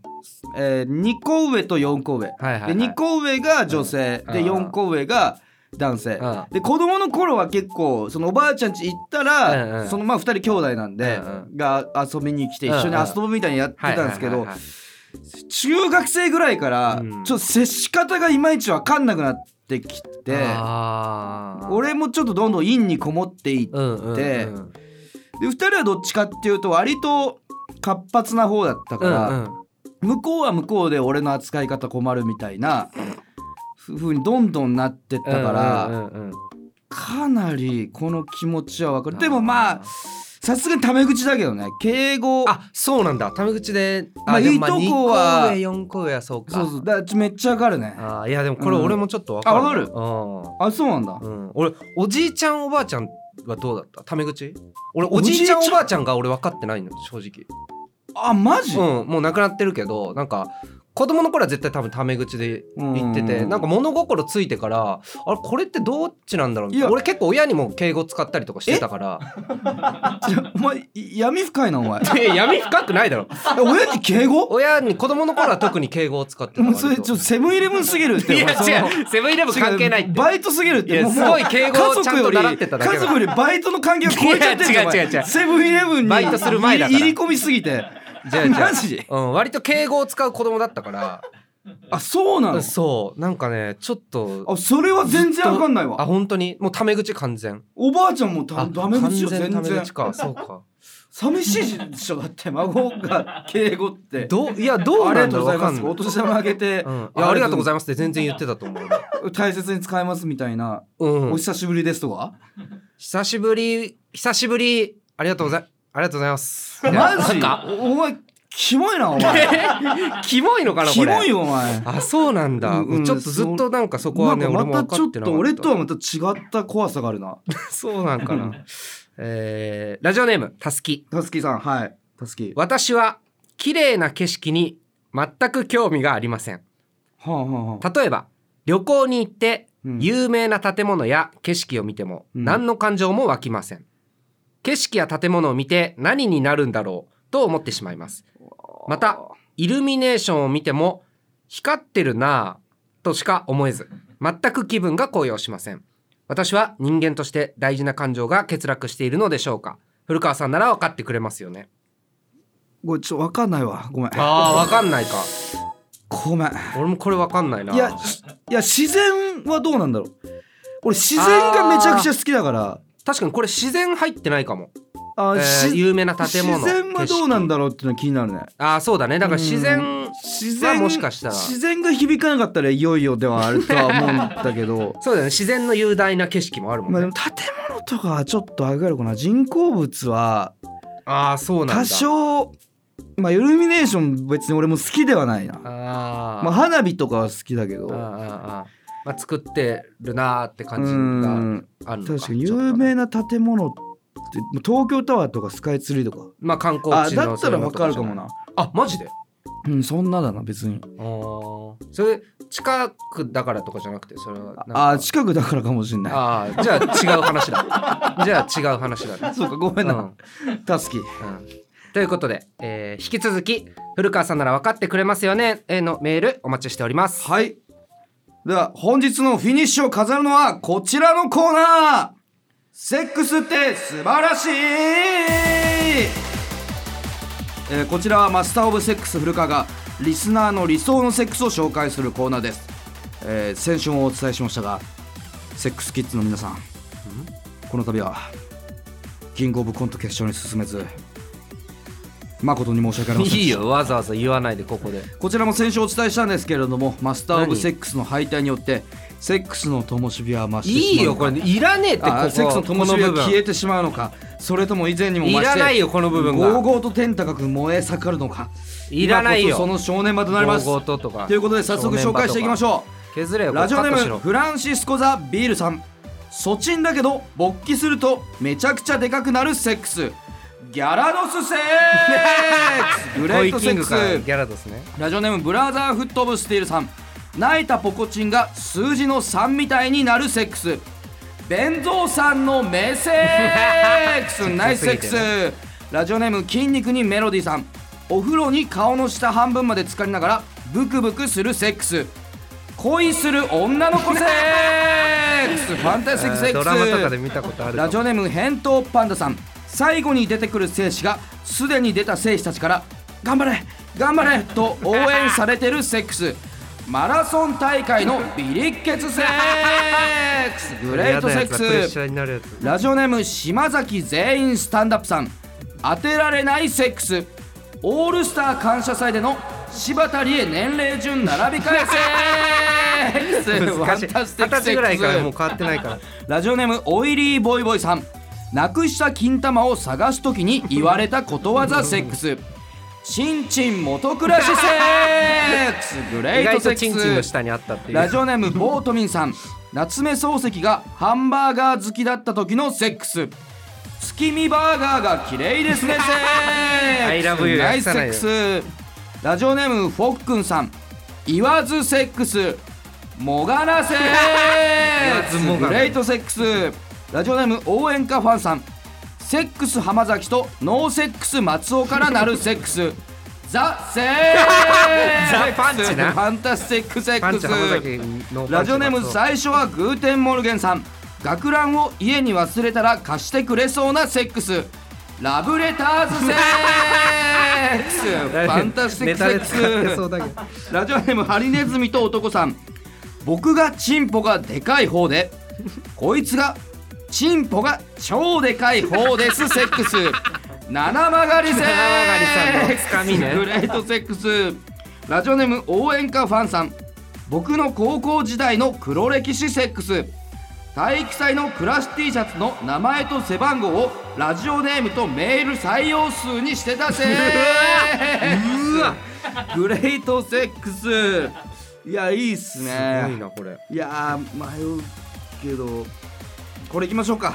[SPEAKER 2] え2個上と4個上、
[SPEAKER 1] はいはいはい
[SPEAKER 2] で2個上が女性、
[SPEAKER 1] うん
[SPEAKER 2] で
[SPEAKER 1] うん
[SPEAKER 2] 4個上が男性、
[SPEAKER 1] うん
[SPEAKER 2] で子供の頃は結構そのおばあちゃん家行ったら、
[SPEAKER 1] うんうん
[SPEAKER 2] そのまあ2人兄弟なんで、
[SPEAKER 1] うん
[SPEAKER 2] が遊びに来て一緒に遊ぶみたいにやって
[SPEAKER 1] はい
[SPEAKER 2] たんですけ
[SPEAKER 1] は
[SPEAKER 2] ど、
[SPEAKER 1] いはいはい
[SPEAKER 2] 中学生ぐらいから
[SPEAKER 1] うん
[SPEAKER 2] ちょっと接し方がいまいち分かんなくなってきて、
[SPEAKER 1] あー
[SPEAKER 2] 俺もちょっとどんどん陰にこもっていって、
[SPEAKER 1] うんうんうん
[SPEAKER 2] でで2人はどっちかっていうと割と活発な方だったか
[SPEAKER 1] う
[SPEAKER 2] ら、
[SPEAKER 1] んうん
[SPEAKER 2] 向こうは向こうで俺の扱い方困るみたいなふうにどんどんなってったから、
[SPEAKER 1] うんうんうんうん
[SPEAKER 2] かなりこの気持ちはわかる
[SPEAKER 1] あー
[SPEAKER 2] でもまあさすがにタメ口だけどね敬語
[SPEAKER 1] あそうなんだタメ口で
[SPEAKER 2] まあ
[SPEAKER 1] でも
[SPEAKER 2] いいとこは
[SPEAKER 1] 二個上4個上はそうか
[SPEAKER 2] そうそうだからめっちゃわかるね
[SPEAKER 1] あーいやでもこれ俺もちょっとわかる、
[SPEAKER 2] うんあわかる
[SPEAKER 1] う
[SPEAKER 2] あそうなんだ
[SPEAKER 1] ん、うん俺おじいちゃんおばあちゃんはどうだったタメ口俺おじいちゃん
[SPEAKER 2] お
[SPEAKER 1] お
[SPEAKER 2] じいちゃん
[SPEAKER 1] ばあちゃんが俺分かってないの正直
[SPEAKER 2] あマジ
[SPEAKER 1] うんもう亡くなってるけどなんか子供の頃は絶対多分タメ口で言ってて
[SPEAKER 2] うん
[SPEAKER 1] なんか物心ついてからあれこれってどっちなんだろうみたいない
[SPEAKER 2] や
[SPEAKER 1] 俺結構親にも敬語使ったりとかしてたから
[SPEAKER 2] ちょお前い闇深いなお前
[SPEAKER 1] いや闇深くないだろ
[SPEAKER 2] え親父敬 語
[SPEAKER 1] 親に子供の頃は特に敬語を使ってた
[SPEAKER 2] もう
[SPEAKER 1] 割
[SPEAKER 2] それちょ
[SPEAKER 1] と
[SPEAKER 2] っとセブンイレブンすぎるって
[SPEAKER 1] い
[SPEAKER 2] お前その
[SPEAKER 1] や違うセブンイレブン関係ないって
[SPEAKER 2] 違うバイトすぎるって
[SPEAKER 1] いや
[SPEAKER 2] もう
[SPEAKER 1] すごい敬語をちゃんと習ってただけだ
[SPEAKER 2] 家族より家族よりバイトの関係を超えちゃってる
[SPEAKER 1] いや違う
[SPEAKER 2] お前
[SPEAKER 1] 違う違う
[SPEAKER 2] セブンイレブンに
[SPEAKER 1] バイトする前だから
[SPEAKER 2] 入り込みすぎて
[SPEAKER 1] じゃあじゃあ
[SPEAKER 2] マジ
[SPEAKER 1] うん、割と敬語を使う子供だったから
[SPEAKER 2] あそうなの
[SPEAKER 1] そうなんかねちょっと
[SPEAKER 2] あそれは全然わかんない
[SPEAKER 1] あ
[SPEAKER 2] わ
[SPEAKER 1] 本当にもうタメ口完全
[SPEAKER 2] おばあちゃんも
[SPEAKER 1] あ
[SPEAKER 2] たダメ口よ
[SPEAKER 1] 完
[SPEAKER 2] 全
[SPEAKER 1] タメ
[SPEAKER 2] 然
[SPEAKER 1] 口かそう か
[SPEAKER 2] 寂しいでしょだって孫が敬語って
[SPEAKER 1] どういやどう
[SPEAKER 2] あり
[SPEAKER 1] な
[SPEAKER 2] が
[SPEAKER 1] んだろう
[SPEAKER 2] とうござ
[SPEAKER 1] わ
[SPEAKER 2] い
[SPEAKER 1] か
[SPEAKER 2] ま
[SPEAKER 1] ん
[SPEAKER 2] す
[SPEAKER 1] ない
[SPEAKER 2] お年玉あげて、
[SPEAKER 1] うん、いやありがとうござ
[SPEAKER 2] い
[SPEAKER 1] いますって全然言ってたと思う、
[SPEAKER 2] ます大切に使えますみたいな、
[SPEAKER 1] う
[SPEAKER 2] お
[SPEAKER 1] ん、
[SPEAKER 2] 久しぶりですとか
[SPEAKER 1] 久しぶり久しぶりありがとうございありがとうございます
[SPEAKER 2] マ
[SPEAKER 1] な
[SPEAKER 2] ジ
[SPEAKER 1] ん か
[SPEAKER 2] おお前キモ いなお前
[SPEAKER 1] キモいのかなこ
[SPEAKER 2] キ
[SPEAKER 1] れ
[SPEAKER 2] モいよお前
[SPEAKER 1] あそうなんだ、
[SPEAKER 2] うんうん
[SPEAKER 1] ちょっとずっとなんかそこはね
[SPEAKER 2] なん
[SPEAKER 1] 俺
[SPEAKER 2] か
[SPEAKER 1] も
[SPEAKER 2] ま
[SPEAKER 1] 分
[SPEAKER 2] た
[SPEAKER 1] か
[SPEAKER 2] ちょ
[SPEAKER 1] っ
[SPEAKER 2] って
[SPEAKER 1] なか
[SPEAKER 2] と
[SPEAKER 1] った
[SPEAKER 2] 俺とはまた違った怖さがある な
[SPEAKER 1] そうなんか
[SPEAKER 2] う
[SPEAKER 1] な。えーラジオネーム、たすき。
[SPEAKER 2] たすきさんはいたすきは
[SPEAKER 1] 私は、綺麗な景色に全く興味がありません。
[SPEAKER 2] あはあはあ
[SPEAKER 1] 例えば、旅行に行って、
[SPEAKER 2] うん
[SPEAKER 1] 有名な建物や景色を見ても、
[SPEAKER 2] うん
[SPEAKER 1] 何の感情も湧きません。景色や建物を見て何になるんだろうと思ってしまいます。また、イルミネーションを見ても、光ってるなぁとしか思えず、全く気分が高揚しません。私は人間として大事な感情が欠落しているのでしょうか古川さんなら分かってくれますよね。
[SPEAKER 2] ごめんちょっとわかんないわごめん
[SPEAKER 1] ああ、分かんないか。
[SPEAKER 2] ごめん
[SPEAKER 1] 俺もこれ分かんないな。
[SPEAKER 2] いやしいや自然はどうなんだろう俺自然がめちゃくちゃ好きだから
[SPEAKER 1] 確かにこれ自然入ってないかも。
[SPEAKER 2] あ
[SPEAKER 1] えー
[SPEAKER 2] し
[SPEAKER 1] 有名な建物。
[SPEAKER 2] 自然はどうなんだろうっていうのは気になるね
[SPEAKER 1] ああ、そうだね。だから自然、
[SPEAKER 2] 自
[SPEAKER 1] まあ
[SPEAKER 2] 然
[SPEAKER 1] もしかしたら
[SPEAKER 2] 自然が響かなかったらいよいよではあるとは思うんだけど
[SPEAKER 1] そうだね。自然の雄大な景色もあるもん
[SPEAKER 2] まあで
[SPEAKER 1] ね。
[SPEAKER 2] も建物とかはちょっと上がるかな人工物は
[SPEAKER 1] ああ、そうなんだ。
[SPEAKER 2] 多少まあイルミネーション別に俺も好きではないな
[SPEAKER 1] あー
[SPEAKER 2] まあ花火とかは好きだけど
[SPEAKER 1] ああああまあ、作ってるなーって
[SPEAKER 2] う
[SPEAKER 1] 感じが
[SPEAKER 2] ん
[SPEAKER 1] あるのか
[SPEAKER 2] 確かに
[SPEAKER 1] ちょっと
[SPEAKER 2] 有名な建物って東京タワーとかスカイツリーとか
[SPEAKER 1] まあ観光
[SPEAKER 2] あ
[SPEAKER 1] 地の
[SPEAKER 2] だったらわかるかも
[SPEAKER 1] な
[SPEAKER 2] な
[SPEAKER 1] あマジであ
[SPEAKER 2] うんそんなだな別に
[SPEAKER 1] ーそれ近くだからとかじゃなくてそれはなんか
[SPEAKER 2] あ近くだからかもしんない
[SPEAKER 1] あーじゃあ違う話だじゃあ違う話だね
[SPEAKER 2] そうかごめん
[SPEAKER 1] う
[SPEAKER 2] なんたすき
[SPEAKER 1] うんということで、えー引き続き古川さんなら分かってくれますよねへのメールお待ちしております
[SPEAKER 2] はい。では、本日のフィニッシュを飾るのは、こちらのコーナーセックスって素晴らしいえーこちらはマスター・オブ・セックス古川がリスナーの理想のセックスを紹介するコーナーです、えー先週もお伝えしましたがセックスキッズの皆さんこの度はキングオブコント決勝に進めず誠に申し訳ありませんでした
[SPEAKER 1] いいよわざわざ言わないでここで
[SPEAKER 2] こちらも先週お伝えしたんですけれどもマスター・オブ・セックスの敗退によってセックスの灯火は増して
[SPEAKER 1] いい
[SPEAKER 2] しまう
[SPEAKER 1] よ
[SPEAKER 2] のか
[SPEAKER 1] これいらねえってこ
[SPEAKER 2] あ
[SPEAKER 1] こ
[SPEAKER 2] セックスの
[SPEAKER 1] こ
[SPEAKER 2] 灯
[SPEAKER 1] の
[SPEAKER 2] 火
[SPEAKER 1] 部
[SPEAKER 2] は消
[SPEAKER 1] 分
[SPEAKER 2] えてしまうのかそれとも以前にも増して
[SPEAKER 1] いらないよこの部分が
[SPEAKER 2] ゴーゴーと天高く燃え盛るのか
[SPEAKER 1] いらないよ
[SPEAKER 2] 今こそその正念場となります
[SPEAKER 1] ゴーゴーととか
[SPEAKER 2] いうことで早速紹介していきましょ
[SPEAKER 1] 削れよ
[SPEAKER 2] うラジオネ
[SPEAKER 1] これ
[SPEAKER 2] ー
[SPEAKER 1] カット
[SPEAKER 2] ム
[SPEAKER 1] しろ
[SPEAKER 2] フランシスコ・ザ・ビールさんソチンだけど勃起するとめちゃくちゃでかくなるセックスギャラドス セックスグレートセ
[SPEAKER 1] ト
[SPEAKER 2] ック
[SPEAKER 1] イキングからギ
[SPEAKER 2] ス
[SPEAKER 1] ャラドスね
[SPEAKER 2] ラジオネームブラザーフット・オブ・スティールさん泣いたポコチンが数字の3みたいになるセックス弁蔵さんの名セック スナイスセックスラジオネーム筋肉にメロディーさんお風呂に顔の下半分まで浸かりながらブクブクするセックス恋する女の子セック スファンタスティックセックス
[SPEAKER 1] ドラマとかで見たことあるかも
[SPEAKER 2] ラジオネーム返答パンダさん最後に出てくる精子がすでに出た精子たちから「頑張れ頑張れ!」と応援されてるセックスマラソン大会のビリッケツセ ックスグレートセ
[SPEAKER 1] 嫌なや
[SPEAKER 2] ック
[SPEAKER 1] つだプレッシ
[SPEAKER 2] ス
[SPEAKER 1] ャーになるやつ
[SPEAKER 2] ラジオネーム島崎全員スタンダップさん当てられないセックスオールスター感謝祭での柴田理恵年齢順並び替えセ X
[SPEAKER 1] 難しい
[SPEAKER 2] ワンタステ
[SPEAKER 1] 二十
[SPEAKER 2] ィックセックス
[SPEAKER 1] 歳ぐらいからもう変わってないから
[SPEAKER 2] ラジオネームオイリーボイボイさんなくした金玉を探す時に言われたことわざセックス新陳元暮らしセックスグ
[SPEAKER 1] 意
[SPEAKER 2] レー
[SPEAKER 1] 外
[SPEAKER 2] ト
[SPEAKER 1] と
[SPEAKER 2] セックス
[SPEAKER 1] チンチンの下にあったっていう
[SPEAKER 2] ラジオネームボートミンさん夏目漱石がハンバーガー好きだった時のセックス月見バーガーが綺麗ですねセックス
[SPEAKER 1] I love you
[SPEAKER 2] ナイスセックスラジオネームフォックンさん言わずセックスもがらセック
[SPEAKER 1] 言わずも
[SPEAKER 2] ス
[SPEAKER 1] が
[SPEAKER 2] グ
[SPEAKER 1] ら
[SPEAKER 2] レートセックスラジオネーム応援歌ファンさんセックス浜崎とノーセックス松尾からなるセックスザ・ セック
[SPEAKER 1] ザ
[SPEAKER 2] ス
[SPEAKER 1] パンチな
[SPEAKER 2] ファンタスティックセッ
[SPEAKER 1] パン
[SPEAKER 2] ク
[SPEAKER 1] チ浜崎
[SPEAKER 2] ス
[SPEAKER 1] の
[SPEAKER 2] ラジオネーム
[SPEAKER 1] イ
[SPEAKER 2] 最初はグーテンモルゲンさん学ランを家に忘れたら貸してくれそうなセックスラブレターズセックスファンタスティックセックス
[SPEAKER 1] ネタで使ってそうだけど
[SPEAKER 2] ラジオネームハリネズミと男さん僕がチンポがでかい方でこいつがチンポが超でかい方ですセックス七曲がりセックス
[SPEAKER 1] 七曲さんのつかみね
[SPEAKER 2] グレートセックスラジオネーム応援歌ファンさん僕の高校時代の黒歴史セックス体育祭のクラス T シャツの名前と背番号をラジオネームとメール採用数にしてた せうわグレートセックスいやいいっす
[SPEAKER 1] すごい
[SPEAKER 2] ね
[SPEAKER 1] なこれ
[SPEAKER 2] いやー迷うけどこれいきましょうか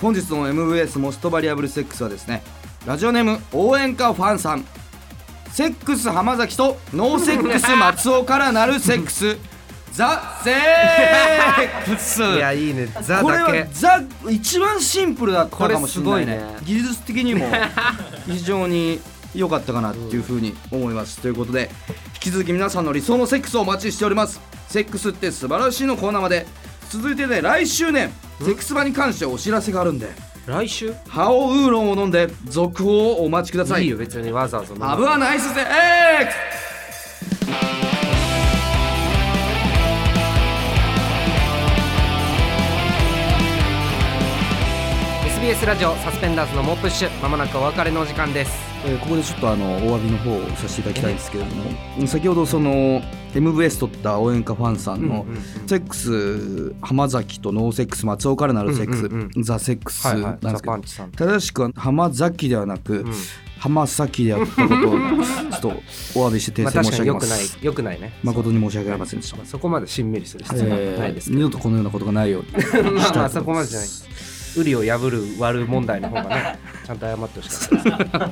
[SPEAKER 2] 本日の MVS モストバリアブルセックスはですねラジオネーム応援歌ファンさんセックス浜崎とノーセックス松尾からなるセッ クスザ・セックス
[SPEAKER 1] いやいいねザ
[SPEAKER 2] これ
[SPEAKER 1] だ
[SPEAKER 2] は
[SPEAKER 1] け
[SPEAKER 2] ザ一番シンプルだったかもしれないね
[SPEAKER 1] これすごいね
[SPEAKER 2] 技術的 にも非常に良かったかなっていうふうに思います、ということで引き続き皆さんの理想のセックスをお待ちしておりますセックスって素晴らしいのコーナーまで続いてね来週ねセックス場に関してお知らせがあるんで
[SPEAKER 1] 来週
[SPEAKER 2] ハオウーロンを飲んで続報をお待ちください
[SPEAKER 1] いいよ別にわざわざ飲ま
[SPEAKER 2] ア
[SPEAKER 1] なく
[SPEAKER 2] ブ
[SPEAKER 1] て
[SPEAKER 2] はナイスセックス
[SPEAKER 1] も SBS ラジオサスペンダーズのモップッシュまもなくお別れのお時間です
[SPEAKER 2] えーここでちょっとあのお詫びの方をさせていただきたいんですけれども、先ほどその MVS 取った応援歌ファンさんの
[SPEAKER 1] うんうんうん
[SPEAKER 2] セックス浜崎とノーセックス松尾からなるセックス、
[SPEAKER 1] うんうん
[SPEAKER 2] ザ・セックス
[SPEAKER 1] は
[SPEAKER 2] ない
[SPEAKER 1] はい
[SPEAKER 2] んですけど、
[SPEAKER 1] ザパンチさん
[SPEAKER 2] 正しくは浜崎ではなく、
[SPEAKER 1] ん
[SPEAKER 2] 浜崎であったことをちょっとお詫びして訂
[SPEAKER 1] まあ
[SPEAKER 2] 正
[SPEAKER 1] 確
[SPEAKER 2] 申し
[SPEAKER 1] かに
[SPEAKER 2] 上げ
[SPEAKER 1] 良
[SPEAKER 2] ま
[SPEAKER 1] くない
[SPEAKER 2] す、
[SPEAKER 1] 良くないね
[SPEAKER 2] 誠に申し訳ありませんでした、
[SPEAKER 1] まあそこまでしんみりする必要は
[SPEAKER 2] えー
[SPEAKER 1] ないですけ
[SPEAKER 2] 二
[SPEAKER 1] ど
[SPEAKER 2] 度とこのようなことがないようにしたいと思
[SPEAKER 1] ま
[SPEAKER 2] いま
[SPEAKER 1] あ
[SPEAKER 2] す
[SPEAKER 1] まあそこまでじゃないウリを破る割る問題の方がねちゃんと謝ってほしかったです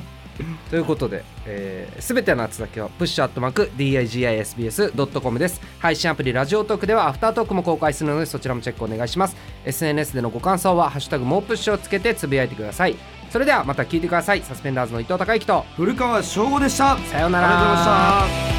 [SPEAKER 1] ということで、えー、全ての厚先はプッシュアットマーク digisbs.com です配信アプリラジオトークではアフタートークも公開するのでそちらもチェックお願いします SNS でのご感想は「ハッシュタグもうプッシュ」をつけてつぶやいてくださいそれではまた聞いてくださいサスペンダーズの伊藤孝之と
[SPEAKER 2] 古川翔吾でした
[SPEAKER 1] さようなら
[SPEAKER 2] ありがとうございました